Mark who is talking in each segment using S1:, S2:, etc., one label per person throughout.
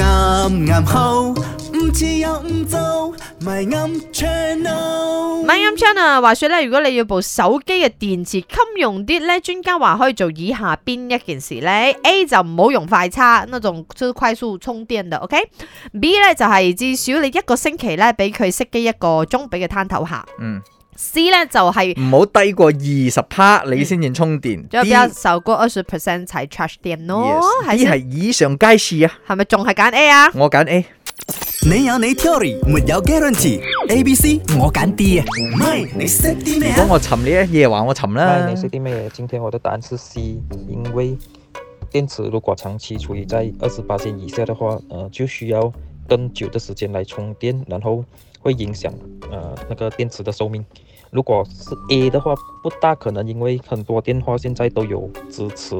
S1: 啱啱好，唔似又唔做，咪啱 channel。
S2: My Am Channel 啊話說咧，如果你要部手機嘅電池襟用啲咧，專家話可以做以下邊一件事咧？A 就唔好用快叉，那種就是快速充電嘅 OK？B 咧就係、至少你一個星期咧，俾佢熄機一個鐘，俾佢攤頭下。
S3: 嗯，
S2: C 咧就係、
S3: 唔好低過二十帕，
S2: 嗯
S3: 你先至充電。
S2: 要不
S3: D-
S2: 要少過二十 percent 才 charge 電咯？
S3: Yes，
S2: 哦係
S3: D
S2: 先
S3: 係以上皆是啊，
S2: 係咪仲係揀 A 啊？
S3: 我揀 A。
S1: 你有你 theory，沒有 guarantee。A、B、C 我揀 D 啊，唔係你識啲咩
S3: 如
S1: 啊？
S3: 果我沉呢一夜話我沉啦
S4: 麦，你是弟妹耶，今天我的答案是 C，因为电池如果长期处于在二十八以下的话，呃，就需要更久的时间来充电，然后会影响呃那个电池的寿命。如果是 A 的话，不大可能，因为很多电话现在都有支持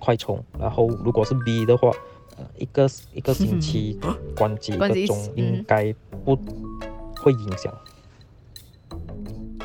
S4: 快充。然后如果是 B 的话，呃、一个一个星期关机一
S2: 嗯关机一
S4: 个钟
S2: 次，嗯
S4: 应该不会影响。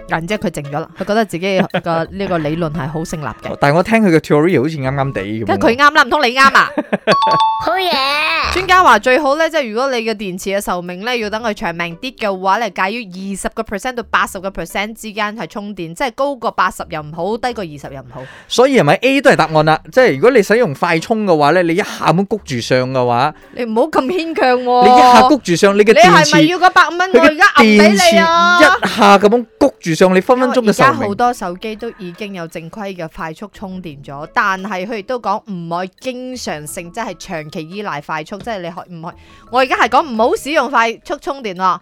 S2: 然啊之後佢靜咗啦，佢覺得自己個呢個理論係好成立嘅。
S3: 但係我聽佢嘅 theory 好似啱啱地咁喎。
S2: 梗係佢啱啦，唔通你啱啊？
S5: 好嘢。
S2: 專家話最好咧，即係如果你嘅電池嘅壽命咧，要等佢長命啲嘅話咧，介於二十個 percent 到八十個 percent 之間係充電，即係高過八十又唔好，低過二十又唔好。
S3: 所以係咪 A 都係答案啦？即係如果你使用快充嘅話咧，你一下咁谷住上嘅話，
S2: 你唔好咁牽強喎、
S3: 你一下谷住上，你嘅
S2: 哦你
S3: 電
S2: 係
S3: 池，
S2: 咪要嗰百蚊？我
S3: 佢
S2: 而
S3: 嘅
S2: 家揞俾
S3: 電池
S2: 你啊！
S3: 一下咁樣谷住上，你分分鐘
S2: 因為
S3: 嘅
S2: 而家
S3: 壽
S2: 好
S3: 命。
S2: 多手機都已經有正規嘅快速充電咗，但係佢亦都講唔可以經常性，即係長期依賴快速，即係你可唔可以？我而家係講唔好使用快速充電喎，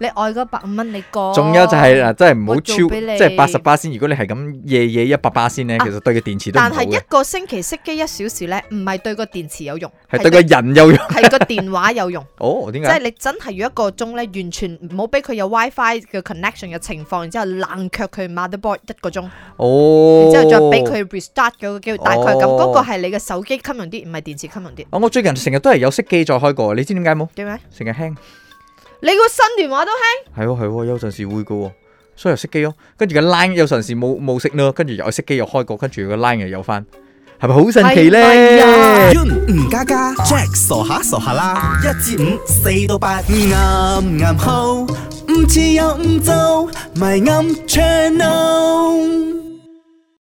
S2: 你愛嗰百五蚊你過。
S3: 仲有就啊係嗱，真係唔好
S2: 我
S3: 超，
S2: 做俾你
S3: 即係八十巴仙。如果你係咁夜夜一百巴仙咧，
S2: 啊
S3: 其實對個電池都唔好
S2: 但係一
S3: 嘅，
S2: 個星期熄機一小時咧，唔係對個電池有用，
S3: 係對個人有用。
S2: 係個電話有 用。
S3: 哦，點
S2: 即係
S3: 解？
S2: 你真係要一個鐘咧，完全唔好俾佢有 WiFi 嘅 connection 嘅情況，然之後冷卻佢 motherboard 一個鐘，
S3: 哦，
S2: 然之後再俾佢 restart 嗰個機會，大概係咁。
S3: 哦
S2: 嗰個係你嘅手機襟用啲，唔係電池襟用啲。
S3: 哦。我最近成日都係有熄機再開過，你知點解冇？
S2: 點解？
S3: 成日輕。
S2: 你個新電話都係
S3: 係喎係喎，有陣時會嘅喎，所以又熄機咯。跟住個 line 有陣時冇冇熄咯，跟住又熄機又開過，跟住個 line 又有翻，係咪好神奇
S2: 係
S3: 咧
S2: 咪？
S1: Yun ừ, 吳家家 Jack 傻下傻下啦，一至五四到八，啱啱好，唔似又唔做，咪啱 channel。